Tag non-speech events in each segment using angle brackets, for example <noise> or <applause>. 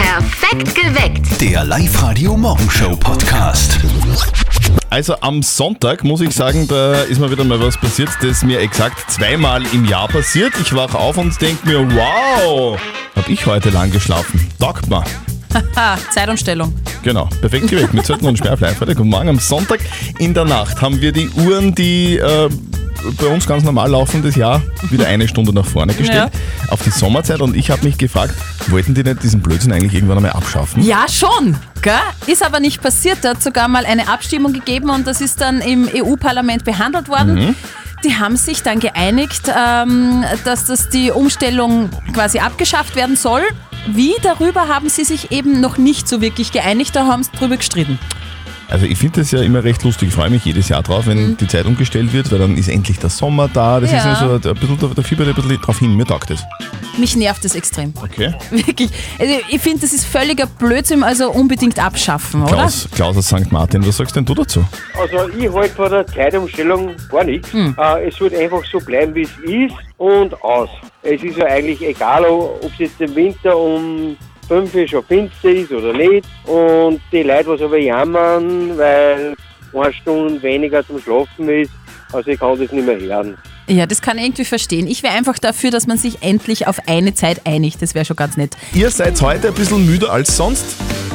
Perfekt geweckt. Der Live-Radio Morgenshow Podcast. Also am Sonntag muss ich sagen, da ist mir wieder mal was passiert, das mir exakt zweimal im Jahr passiert. Ich wach auf und denke mir, wow, habe ich heute lang geschlafen. Taugt mal. Ah, Zeitumstellung. Genau, perfekt geweckt mit Zettel und Sperrfleisch. Freitag und morgen am Sonntag in der Nacht haben wir die Uhren, die äh, bei uns ganz normal laufendes Jahr, wieder eine Stunde nach vorne gestellt auf die Sommerzeit und ich habe mich gefragt, wollten die nicht diesen Blödsinn eigentlich irgendwann einmal abschaffen? Ja, schon. Gell? Ist aber nicht passiert. Da hat sogar mal eine Abstimmung gegeben und das ist dann im EU-Parlament behandelt worden. Die haben sich dann geeinigt, ähm, dass das die Umstellung quasi abgeschafft werden soll. Wie darüber haben sie sich eben noch nicht so wirklich geeinigt, da haben sie drüber gestritten. Also ich finde das ja immer recht lustig. Ich freue mich jedes Jahr drauf, wenn die Zeit umgestellt wird, weil dann ist endlich der Sommer da. Das Mhm. Ja. ist ja so ein bisschen, da- da fiebert ein bisschen drauf hin. Mir taugt das. Mich nervt das extrem. <laughs> Okay. Wirklich. Also ich finde, das ist völliger Blödsinn, also unbedingt abschaffen, oder? Klaus, Klaus aus St. Martin, was sagst denn du dazu? Also ich halte von der Zeitumstellung gar nichts. Äh, es wird einfach so bleiben, wie es ist und aus. Es ist ja eigentlich egal, ob es jetzt im Winter um 5 Uhr schon finster ist oder nicht. Und die Leute, was aber jammern, weil eine Stunde weniger zum Schlafen ist, also ich kann das nicht mehr hören. Ja, das kann ich irgendwie verstehen. Ich wäre einfach dafür, dass man sich endlich auf eine Zeit einigt. Das wäre schon ganz nett. Ihr seid heute ein bisschen müder als sonst.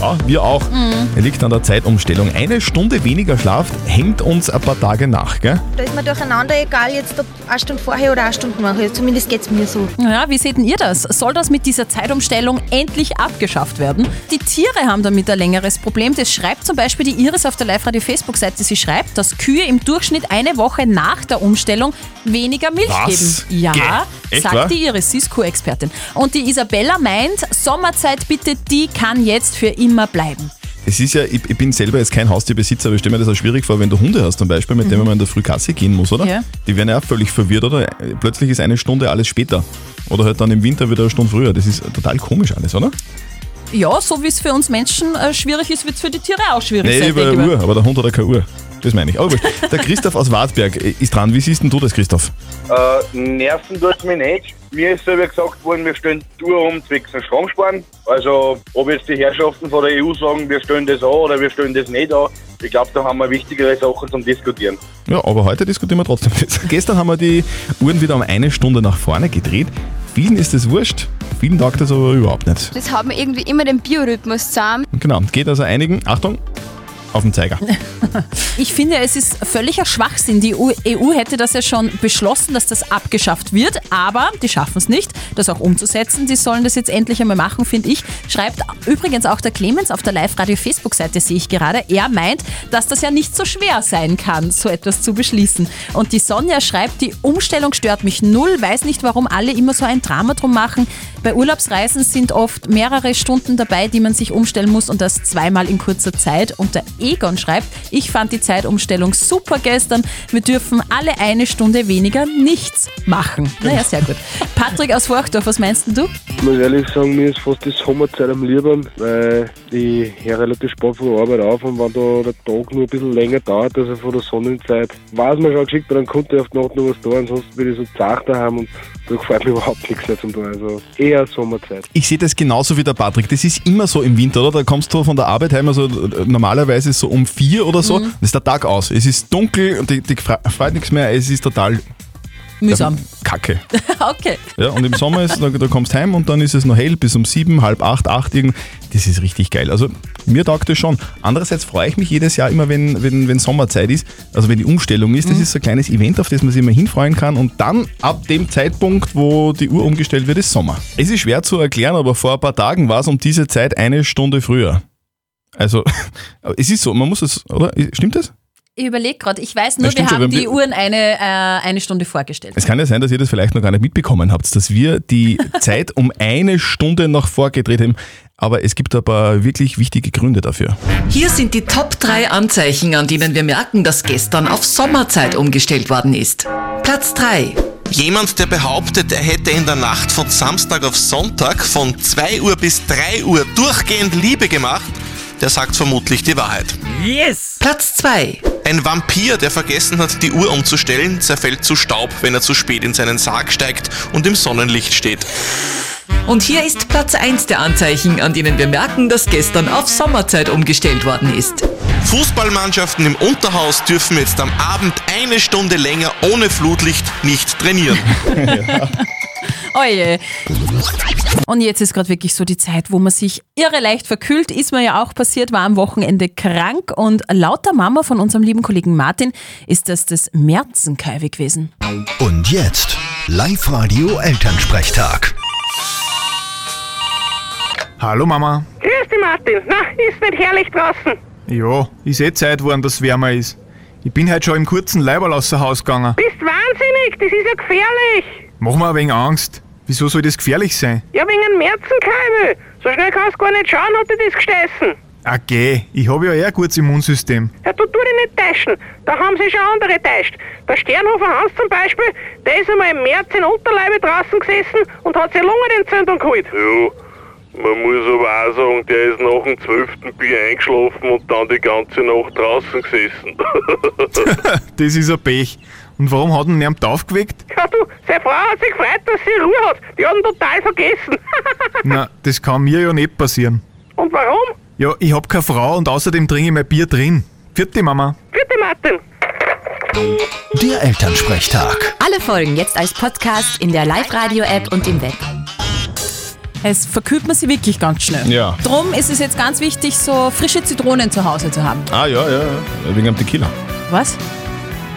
Ja, wir auch. Mhm. Liegt an der Zeitumstellung. Eine Stunde weniger Schlaf hängt uns ein paar Tage nach, gell? Da ist mir durcheinander egal, jetzt ob eine Stunde vorher oder eine Stunde nachher. Zumindest geht es mir so. Ja, wie seht denn ihr das? Soll das mit dieser Zeitumstellung endlich abgeschafft werden? Die Tiere haben damit ein längeres Problem. Das schreibt zum Beispiel die Iris auf der Live-Radio-Facebook-Seite. Sie schreibt, dass Kühe im Durchschnitt eine Woche nach der Umstellung weniger Milch Was? geben. Ja, Geh. Echt, sagt wahr? die Iris, sie ist Kuhexpertin. Und die Isabella meint, Sommerzeit bitte, die kann jetzt für immer bleiben. Es ist ja, ich, ich bin selber jetzt kein Haustierbesitzer, aber ich stelle mir das auch schwierig vor, wenn du Hunde hast zum Beispiel, mit denen man in der Früh Kasse gehen muss, oder? Ja. Die werden ja auch völlig verwirrt, oder? Plötzlich ist eine Stunde alles später. Oder halt dann im Winter wieder eine Stunde früher. Das ist total komisch alles, oder? Ja, so wie es für uns Menschen äh, schwierig ist, wird es für die Tiere auch schwierig Nee, sein. über denke eine ich mir. Uhr, aber der Hund hat ja keine Uhr. Das meine ich. Aber wurscht. der Christoph aus Wartberg ist dran. Wie siehst denn du das, Christoph? Äh, Nerven tut es mich nicht. Mir ist selber gesagt worden, wir stellen die Uhr um zwecks der Stromsparen. Also, ob jetzt die Herrschaften von der EU sagen, wir stellen das an oder wir stellen das nicht an, ich glaube, da haben wir wichtigere Sachen zum Diskutieren. Ja, aber heute diskutieren wir trotzdem das. Gestern haben wir die Uhren wieder um eine Stunde nach vorne gedreht. Vielen ist das wurscht, vielen taugt das aber überhaupt nicht. Das haben irgendwie immer den Biorhythmus zusammen. Genau, geht also einigen, Achtung, auf den Zeiger. Ich finde, es ist völliger Schwachsinn. Die EU EU hätte das ja schon beschlossen, dass das abgeschafft wird, aber die schaffen es nicht, das auch umzusetzen. Die sollen das jetzt endlich einmal machen, finde ich. Schreibt übrigens auch der Clemens auf der Live-Radio-Facebook-Seite, sehe ich gerade. Er meint, dass das ja nicht so schwer sein kann, so etwas zu beschließen. Und die Sonja schreibt, die Umstellung stört mich null, weiß nicht, warum alle immer so ein Drama drum machen. Bei Urlaubsreisen sind oft mehrere Stunden dabei, die man sich umstellen muss und das zweimal in kurzer Zeit. Und der Egon schreibt, ich fand die Zeitumstellung super gestern. Wir dürfen alle eine Stunde weniger nichts machen. Genau. Naja, sehr gut. Patrick aus Forchdorf, was meinst denn du? Ich muss ehrlich sagen, mir ist fast die Sommerzeit am liebsten, weil ich höre relativ spät von der Arbeit auf und wenn da der Tag nur ein bisschen länger dauert, also von der Sonnenzeit, weiß man schon geschickt, dann konnte ich auf die Nacht noch was tun, ansonsten bin ich so zart daheim und da gefällt mir überhaupt nichts mehr zum Tun. Also eher Sommerzeit. Ich sehe das genauso wie der Patrick. Das ist immer so im Winter, oder? Da kommst du von der Arbeit heim, also äh, normalerweise so um vier oder so, das ist der Tag aus. Es ist dunkel und die, die fre- freut nichts mehr, es ist total Mühsam. kacke. <laughs> Okay. Ja, und im Sommer ist, da, da kommst heim und dann ist es noch hell bis um sieben, halb acht, acht, irgend. Das ist richtig geil. Also mir taugt das schon. Andererseits freue ich mich jedes Jahr immer, wenn, wenn, wenn Sommerzeit ist, also wenn die Umstellung ist. Das ist so ein kleines Event, auf das man sich immer hinfreuen kann. Und dann ab dem Zeitpunkt, wo die Uhr umgestellt wird, ist Sommer. Es ist schwer zu erklären, aber vor ein paar Tagen war es um diese Zeit eine Stunde früher. Also, <laughs> es ist so, man muss es, oder? Stimmt das? Ich überlege gerade, ich weiß nur, Das stimmt wir schon, wenn haben die wir- Uhren eine, äh, eine Stunde vorgestellt. Es kann ja sein, dass ihr das vielleicht noch gar nicht mitbekommen habt, dass wir die Zeit um eine Stunde noch vorgedreht haben. Aber es gibt aber wirklich wichtige Gründe dafür. Hier sind die Top 3 Anzeichen, an denen wir merken, dass gestern auf Sommerzeit umgestellt worden ist. Platz 3. Jemand, der behauptet, er hätte in der Nacht von Samstag auf Sonntag von 2 Uhr bis 3 Uhr durchgehend Liebe gemacht, der sagt vermutlich die Wahrheit. Platz 2. Ein Vampir, der vergessen hat, die Uhr umzustellen, zerfällt zu Staub, wenn er zu spät in seinen Sarg steigt und im Sonnenlicht steht. Und hier ist Platz 1 der Anzeichen, an denen wir merken, dass gestern auf Sommerzeit umgestellt worden ist. Fußballmannschaften im Unterhaus dürfen jetzt am Abend eine Stunde länger ohne Flutlicht nicht trainieren. Oje. Und jetzt ist gerade wirklich so die Zeit, wo man sich irre leicht verkühlt. Ist mir ja auch passiert, war am Wochenende krank und laut der Mama von unserem lieben Kollegen Martin ist das das Märzenkeime gewesen. Und jetzt Live-Radio Elternsprechtag. Hallo Mama. Grüß dich, Martin. Na, ist nicht herrlich draußen. Ja, ist eh Zeit geworden, dass es wärmer ist. Ich bin heute schon im kurzen Leiberl außer Haus gegangen. Bist wahnsinnig, das ist ja gefährlich. Mach mir ein wenig Angst. Wieso soll das gefährlich sein? Ja, wegen einem Märzenkeimel. So schnell kannst du gar nicht schauen, hat dir das gestessen. Ah, geh, ich habe ja eher ein gutes Immunsystem. Ja, du tu dich nicht täuschen. Da haben sie schon andere täuscht. Der Sternhofer Hans zum Beispiel, der ist einmal im März in Unterleibe draußen gesessen und hat seine Lungenentzündung geholt. Ja, man muss aber auch sagen, der ist nach dem zwölften Bier eingeschlafen und dann die ganze Nacht draußen gesessen. <laughs> Das ist ein Pech. Und warum hat ihn niemand aufgeweckt? Ja, du, seine Frau hat sich gefreut, dass sie Ruhe hat. Die haben ihn total vergessen. Na, das kann mir ja nicht passieren. Und warum? Ja, ich hab keine Frau und außerdem trinke ich mein Bier drin. Vierte Mama. Bitte, Martin. Der Elternsprechtag. Alle Folgen jetzt als Podcast in der Live-Radio-App und im Web. Es verkühlt man sie wirklich ganz schnell. Ja. Drum ist es jetzt ganz wichtig, so frische Zitronen zu Hause zu haben. Ah, ja, ja, ja. Wegen am Tequila. Was?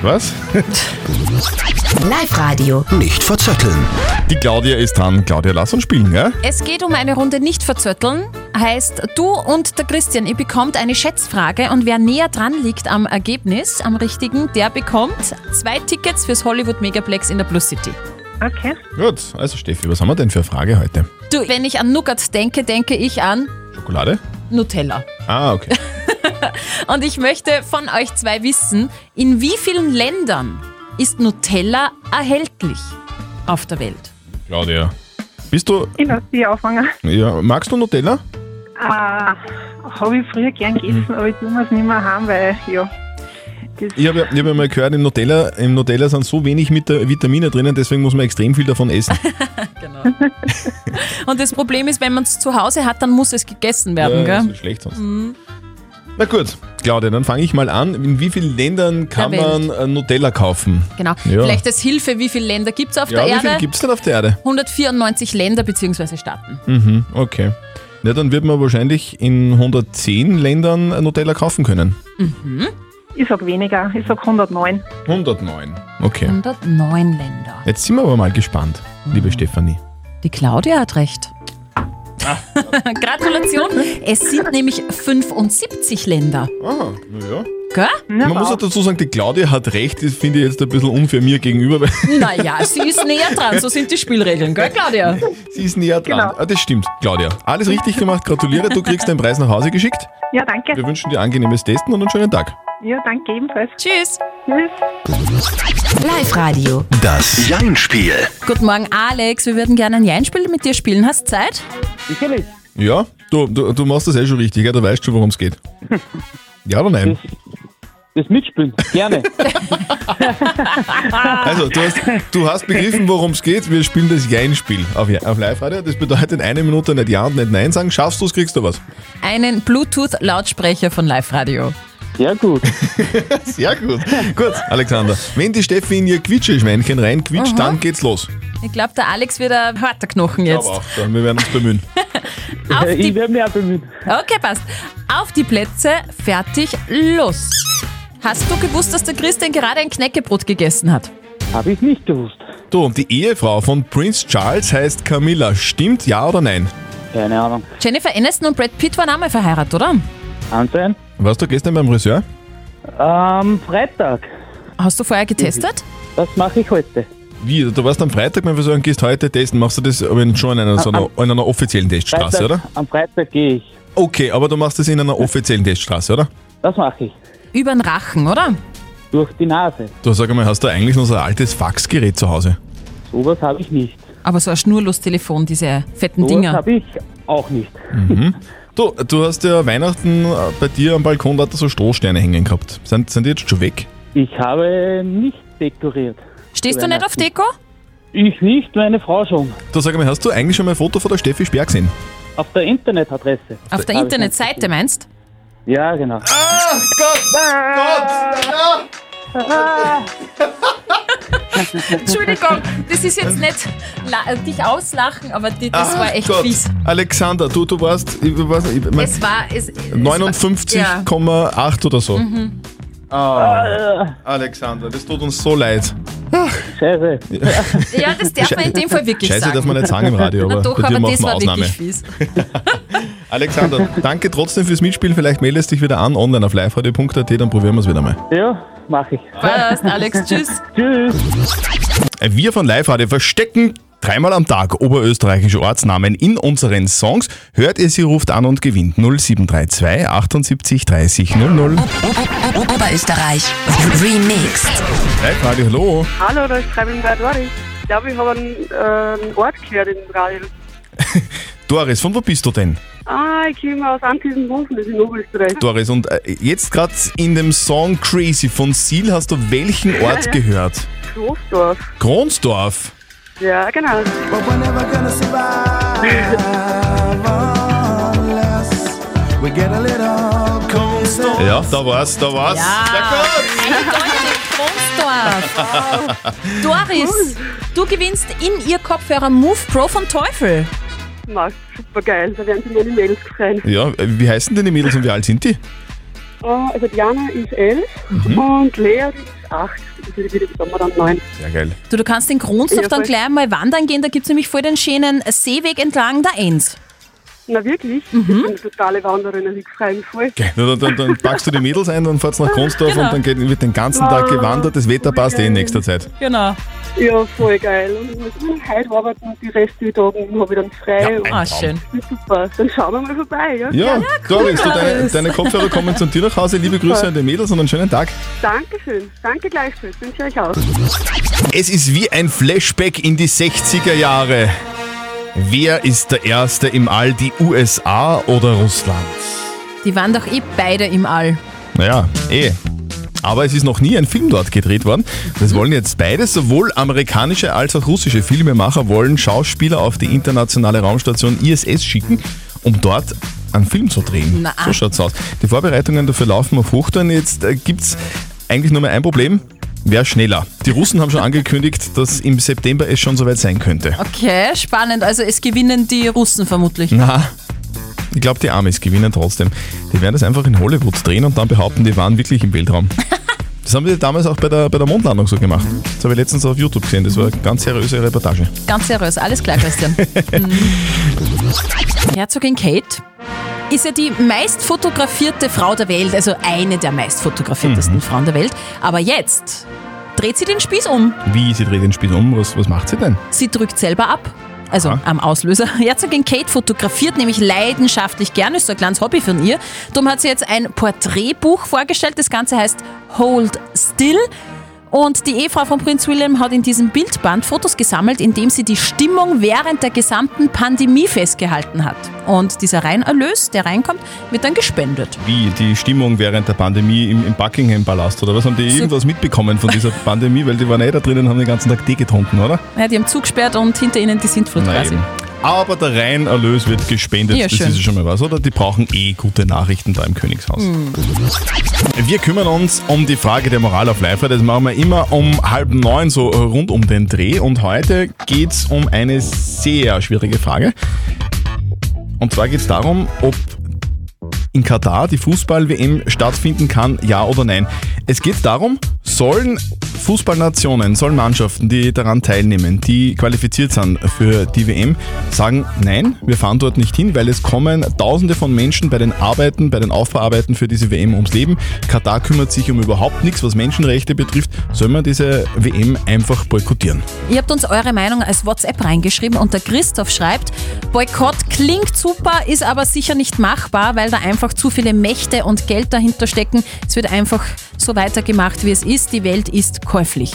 Was? <laughs> Live-Radio. Nicht verzetteln. Die Claudia ist dran. Claudia, lass uns spielen, gell? Es geht um eine Runde nicht verzötteln. Heißt, du und der Christian, ihr bekommt eine Schätzfrage und wer näher dran liegt am Ergebnis, am richtigen, der bekommt zwei Tickets fürs Hollywood Megaplex in der Plus City. Okay. Gut, also Steffi, was haben wir denn für eine Frage heute? Du, wenn ich an Nougat denke, denke ich an Schokolade? Nutella. Ah, okay. Und ich möchte von euch zwei wissen, in wie vielen Ländern ist Nutella erhältlich auf der Welt? Claudia. Bist du. Ich lasse die anfangen. Ja, magst du Nutella? Ah, habe ich früher gern gegessen, Mhm. aber ich tu mir's nicht mehr haben, weil, ja. Das, Ich habe ja, ich hab ja mal gehört, im Nutella, im Nutella sind so wenig mit der Vitamine drinnen, deswegen muss man extrem viel davon essen. Und das Problem ist, wenn man es zu Hause hat, dann muss es gegessen werden, ja, also das gell? ist schlecht sonst. Mhm. Na gut, Claudia, dann fange ich mal an. In wie vielen Ländern kann Der Welt. man äh, Nutella kaufen? Genau. Ja. Vielleicht als Hilfe, wie viele Länder gibt es auf ja, der wie viel Erde? gibt es denn auf der Erde? 194 Länder bzw. Staaten. Mhm, okay. Na, dann wird man wahrscheinlich in 110 Ländern äh, Nutella kaufen können. Ich sag weniger, ich sag 109. 109. Okay. 109 Länder. Jetzt sind wir aber mal gespannt, Mhm. liebe Stefanie. Die Claudia hat recht. <laughs> Gratulation, es sind nämlich 75 Länder. Ah, naja. Gell? Man muss auch dazu sagen, die Claudia hat recht, das finde ich jetzt ein bisschen unfair mir gegenüber, weil <laughs> Naja, sie ist näher dran, so sind die Spielregeln, gell, Claudia? sie ist näher dran. Genau. Ah, das stimmt, Claudia. Alles richtig gemacht, gratuliere, du kriegst deinen Preis nach Hause geschickt. Ja, danke. Wir wünschen dir angenehmes Testen und einen schönen Tag. Ja, danke ebenfalls. Tschüss. Tschüss. Live-Radio. Das Jein-Spiel. Guten Morgen, Alex. Wir würden gerne ein Jeinspiel mit dir spielen. Hast Zeit? Sicherlich. Ja, du, du, du machst das eh schon richtig, ja? du weißt schon, worum es geht. Ja oder <laughs> nein? Das Mitspielen, gerne. Ah. Also, du hast, du hast begriffen, worum es geht. Wir spielen das Jein-Spiel auf, auf Live-Radio. Das bedeutet, in einer Minute nicht Ja und nicht Nein sagen. Schaffst du es, kriegst du was. Einen Bluetooth-Lautsprecher von Live Radio. Sehr gut. Sehr gut. Gut, Alexander. Wenn die Steffi in ihr Quitscheschweinchen reinquitscht, Aha. dann geht's los. Ich glaube, der Alex wird ein harter Knochen Ich jetzt. glaube auch. Dann, Wir werden uns bemühen. Auf die, <laughs> Ich werde mich auch bemühen. okay, passt. Auf die Plätze, fertig, los. Hast du gewusst, dass der Christian gerade ein Knäckebrot gegessen hat? Habe ich nicht gewusst. Du, die Ehefrau von Prince Charles heißt Camilla. Stimmt, ja oder nein? Keine Ahnung. Jennifer Aniston und Brad Pitt waren einmal verheiratet, oder? Ansein? Warst du gestern beim Friseur? Am Freitag. Hast du vorher getestet? Das mache ich heute. Wie? Du warst am Freitag beim Friseur und gehst heute testen. Machst du das aber in- schon in einer, so einer, in einer offiziellen Teststraße, Freitag, oder? Am Freitag gehe ich. Okay, aber du machst das in einer offiziellen Teststraße, oder? Das mache ich. Über den Rachen, oder? Durch die Nase. Du sag mal, hast du eigentlich noch so ein altes Faxgerät zu Hause? Sowas habe ich nicht. Aber so ein Schnurlostelefon, diese fetten Oh, Sowas Dinger. habe ich auch nicht. Du, du hast ja Weihnachten äh, bei dir am Balkon da so Strohsterne hängen gehabt. Sind, sind die jetzt schon weg? Ich habe nicht dekoriert. Stehst du nicht auf Deko? Ich nicht, meine Frau schon. Da sag mal, hast du eigentlich schon mal ein Foto von der Steffi Speer gesehen? Auf der Internetadresse. Auf der Internetseite meinst Ja, genau. Ah, Gott! Gott! Entschuldigung, das ist jetzt nicht la- äh, dich auslachen, aber die, das Ach war echt Gott. fies. Alexander, du, du warst, ich weiß nicht, ich mein, Es war. Es, es War, 59,8 ja. oder so. Mhm. Ah, Alexander, das tut uns so leid. Scheiße. ja, das darf man in dem Fall wirklich Scheiße sagen. darf man nicht sagen im <laughs> Radio, Na aber doch, bei dir aber machen das wir war Ausnahme. wirklich fies. Alexander, danke trotzdem fürs Mitspielen. Vielleicht meldest dich wieder an online auf liveradio.at, dann probieren wir es wieder mal. Ja, mach ich. Passt, Alex, tschüss. Tschüss. Äh, Wir von Live Radio verstecken dreimal am Tag oberösterreichische Ortsnamen in unseren Songs. Hört ihr sie, ruft an und gewinnt 0732 78 30 00. Oberösterreich Remixed. Live Radio, hallo. Hallo, da ist Treibling bei Doris. Ich glaube, ich habe einen, äh, einen Ort gehört in Radio. <laughs> Doris, von wo bist du denn? Ah, ich komme aus Antisenhofen, das ist in Oberösterreich. Doris, und äh, jetzt gerade in dem Song Crazy von Seal hast du welchen Ort Ja, ja. gehört? Großdorf. Gronsdorf. Ja, genau. <laughs> Ja, da war's, da war's. Eindeutig Großdorf. <laughs> Doris, du gewinnst in ihr Kopfhörer Move Pro von Teufel. Na, super geil, da werden sie meine Mails gefreut. Ja, äh, wie heißen denn die Mädels und wie alt sind die? Ah, also Diana ist elf und Lea die ist acht. Also die wird im Sommer dann neun. Sehr geil. Du, du kannst in Gronsdorf Ja, dann voll. gleich mal wandern gehen, da gibt es nämlich voll den schönen Seeweg entlang der Enz. Na wirklich? Mhm. Ich bin eine totale Wanderin, also ich freue mich voll. Okay, na, dann, dann packst du die Mädels ein, dann fahrt's nach Gronsdorf Genau. und dann geht, wird den ganzen Tag gewandert. Das Wetter passt eh in nächster Zeit. Genau. Ja, voll geil. Und ich muss nur heute arbeiten und die restlichen Tage habe ich dann frei. Ja, ein Ah, Traum. schön. Super, dann schauen wir mal vorbei. Ja, Ja, Doris, du, deine, Doris. deine Kopfhörer kommen zu dir nach Hause. Liebe Grüße Super. an die Mädels und einen schönen Tag. Dankeschön, danke gleichfalls. Wünsche euch auch. Es ist wie ein Flashback in die 60er Jahre. Wer ist der Erste im All, die USA oder Russland? Die waren doch eh beide im All. Naja, eh. Aber es ist noch nie ein Film dort gedreht worden. Das wollen jetzt beide, sowohl amerikanische als auch russische Filmemacher wollen Schauspieler auf die internationale Raumstation ISS schicken, um dort einen Film zu drehen. Na. So schaut's aus. Die Vorbereitungen dafür laufen auf Hochtouren. Jetzt äh, gibt's eigentlich nur mehr ein Problem. Wer schneller? Die Russen haben schon angekündigt, dass im September es schon soweit sein könnte. Okay, spannend. Also es gewinnen die Russen vermutlich. Na, ich glaube, die Amis gewinnen trotzdem. Die werden das einfach in Hollywood drehen und dann behaupten, die waren wirklich im Weltraum. Das haben wir damals auch bei der, bei der Mondlandung so gemacht. Das habe ich letztens auf YouTube gesehen. Das war eine ganz seriöse Reportage. Ganz seriös, alles klar, Christian. Mhm. Herzogin Kate ist ja die meist fotografierte Frau der Welt, also eine der meist fotografiertesten Frauen der Welt. Aber jetzt dreht sie den Spieß um. Wie, sie dreht den Spieß um? Was, was macht sie denn? Sie drückt selber ab. Also am Auslöser. <laughs> Herzogin Kate fotografiert nämlich leidenschaftlich gerne, ist so ein kleines Hobby von ihr. Darum hat sie jetzt ein Porträtbuch vorgestellt. Das Ganze heißt Hold Still. Und die Ehefrau von Prinz William hat in diesem Bildband Fotos gesammelt, in dem sie die Stimmung während der gesamten Pandemie festgehalten hat. Und dieser Reinerlös, der reinkommt, wird dann gespendet. Wie, die Stimmung während der Pandemie im, im Buckingham-Palast oder was? Haben die irgendwas mitbekommen von dieser Pandemie? Weil die waren eh da drinnen und haben den ganzen Tag Tee getrunken, oder? Ja, die haben zugesperrt und hinter ihnen die Sintflut Na quasi. eben. Aber der Reinerlös wird gespendet. Ja, das schön. ist ja schon mal was, oder? Die brauchen eh gute Nachrichten da im Königshaus. Hm. Wir kümmern uns um die Frage der Moral auf Live. Das machen wir immer um halb neun, so rund um den Dreh. Und heute geht es um eine sehr schwierige Frage. Und zwar geht es darum, ob in Katar die Fußball-WM stattfinden kann, ja oder nein. Es geht darum, sollen Fußballnationen, sollen Mannschaften, die daran teilnehmen, die qualifiziert sind für die WM, sagen, nein, wir fahren dort nicht hin, weil es kommen Tausende von Menschen bei den Arbeiten, bei den Aufbauarbeiten für diese WM ums Leben. Katar kümmert sich um überhaupt nichts, was Menschenrechte betrifft. Soll man diese WM einfach boykottieren? Ihr habt uns eure Meinung als WhatsApp reingeschrieben und der Christoph schreibt, Boykott klingt super, ist aber sicher nicht machbar, weil da einfach zu viele Mächte und Geld dahinter stecken. Es wird einfach so weitergemacht, wie es ist. Die Welt ist käuflich.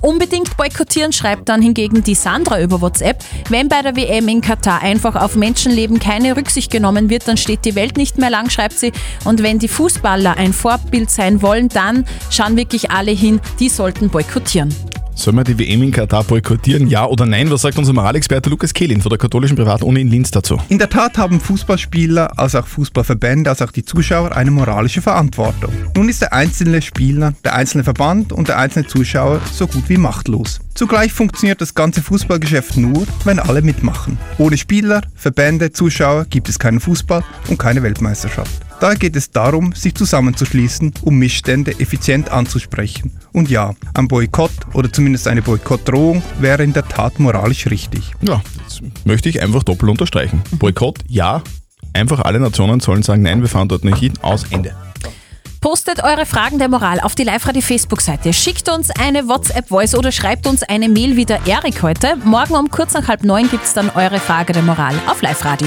Unbedingt boykottieren, schreibt dann hingegen die Sandra über WhatsApp. Wenn bei der WM in Katar einfach auf Menschenleben keine Rücksicht genommen wird, dann steht die Welt nicht mehr lang, schreibt sie. Und wenn die Fußballer ein Vorbild sein wollen, dann schauen wirklich alle hin, die sollten boykottieren. Sollen wir die WM in Katar boykottieren? Ja oder nein? Was sagt unser Moralexperte Lukas Kehlin von der katholischen Privatuni in Linz dazu? In der Tat haben Fußballspieler, als auch Fußballverbände, als auch die Zuschauer eine moralische Verantwortung. Nun ist der einzelne Spieler, der einzelne Verband und der einzelne Zuschauer so gut wie machtlos. Zugleich funktioniert das ganze Fußballgeschäft nur, wenn alle mitmachen. Ohne Spieler, Verbände, Zuschauer gibt es keinen Fußball und keine Weltmeisterschaft. Daher geht es darum, sich zusammenzuschließen, um Missstände effizient anzusprechen. Und ja, ein Boykott oder zumindest eine Boykottdrohung wäre in der Tat moralisch richtig. Ja, das möchte ich einfach doppelt unterstreichen. Boykott, ja. Einfach alle Nationen sollen sagen, nein, wir fahren dort nicht hin. Aus, Ende. Postet eure Fragen der Moral auf die Live-Radio-Facebook-Seite. Schickt uns eine WhatsApp-Voice oder schreibt uns eine Mail wie der Erik heute. Morgen um kurz nach halb neun gibt's dann eure Frage der Moral auf Live-Radio.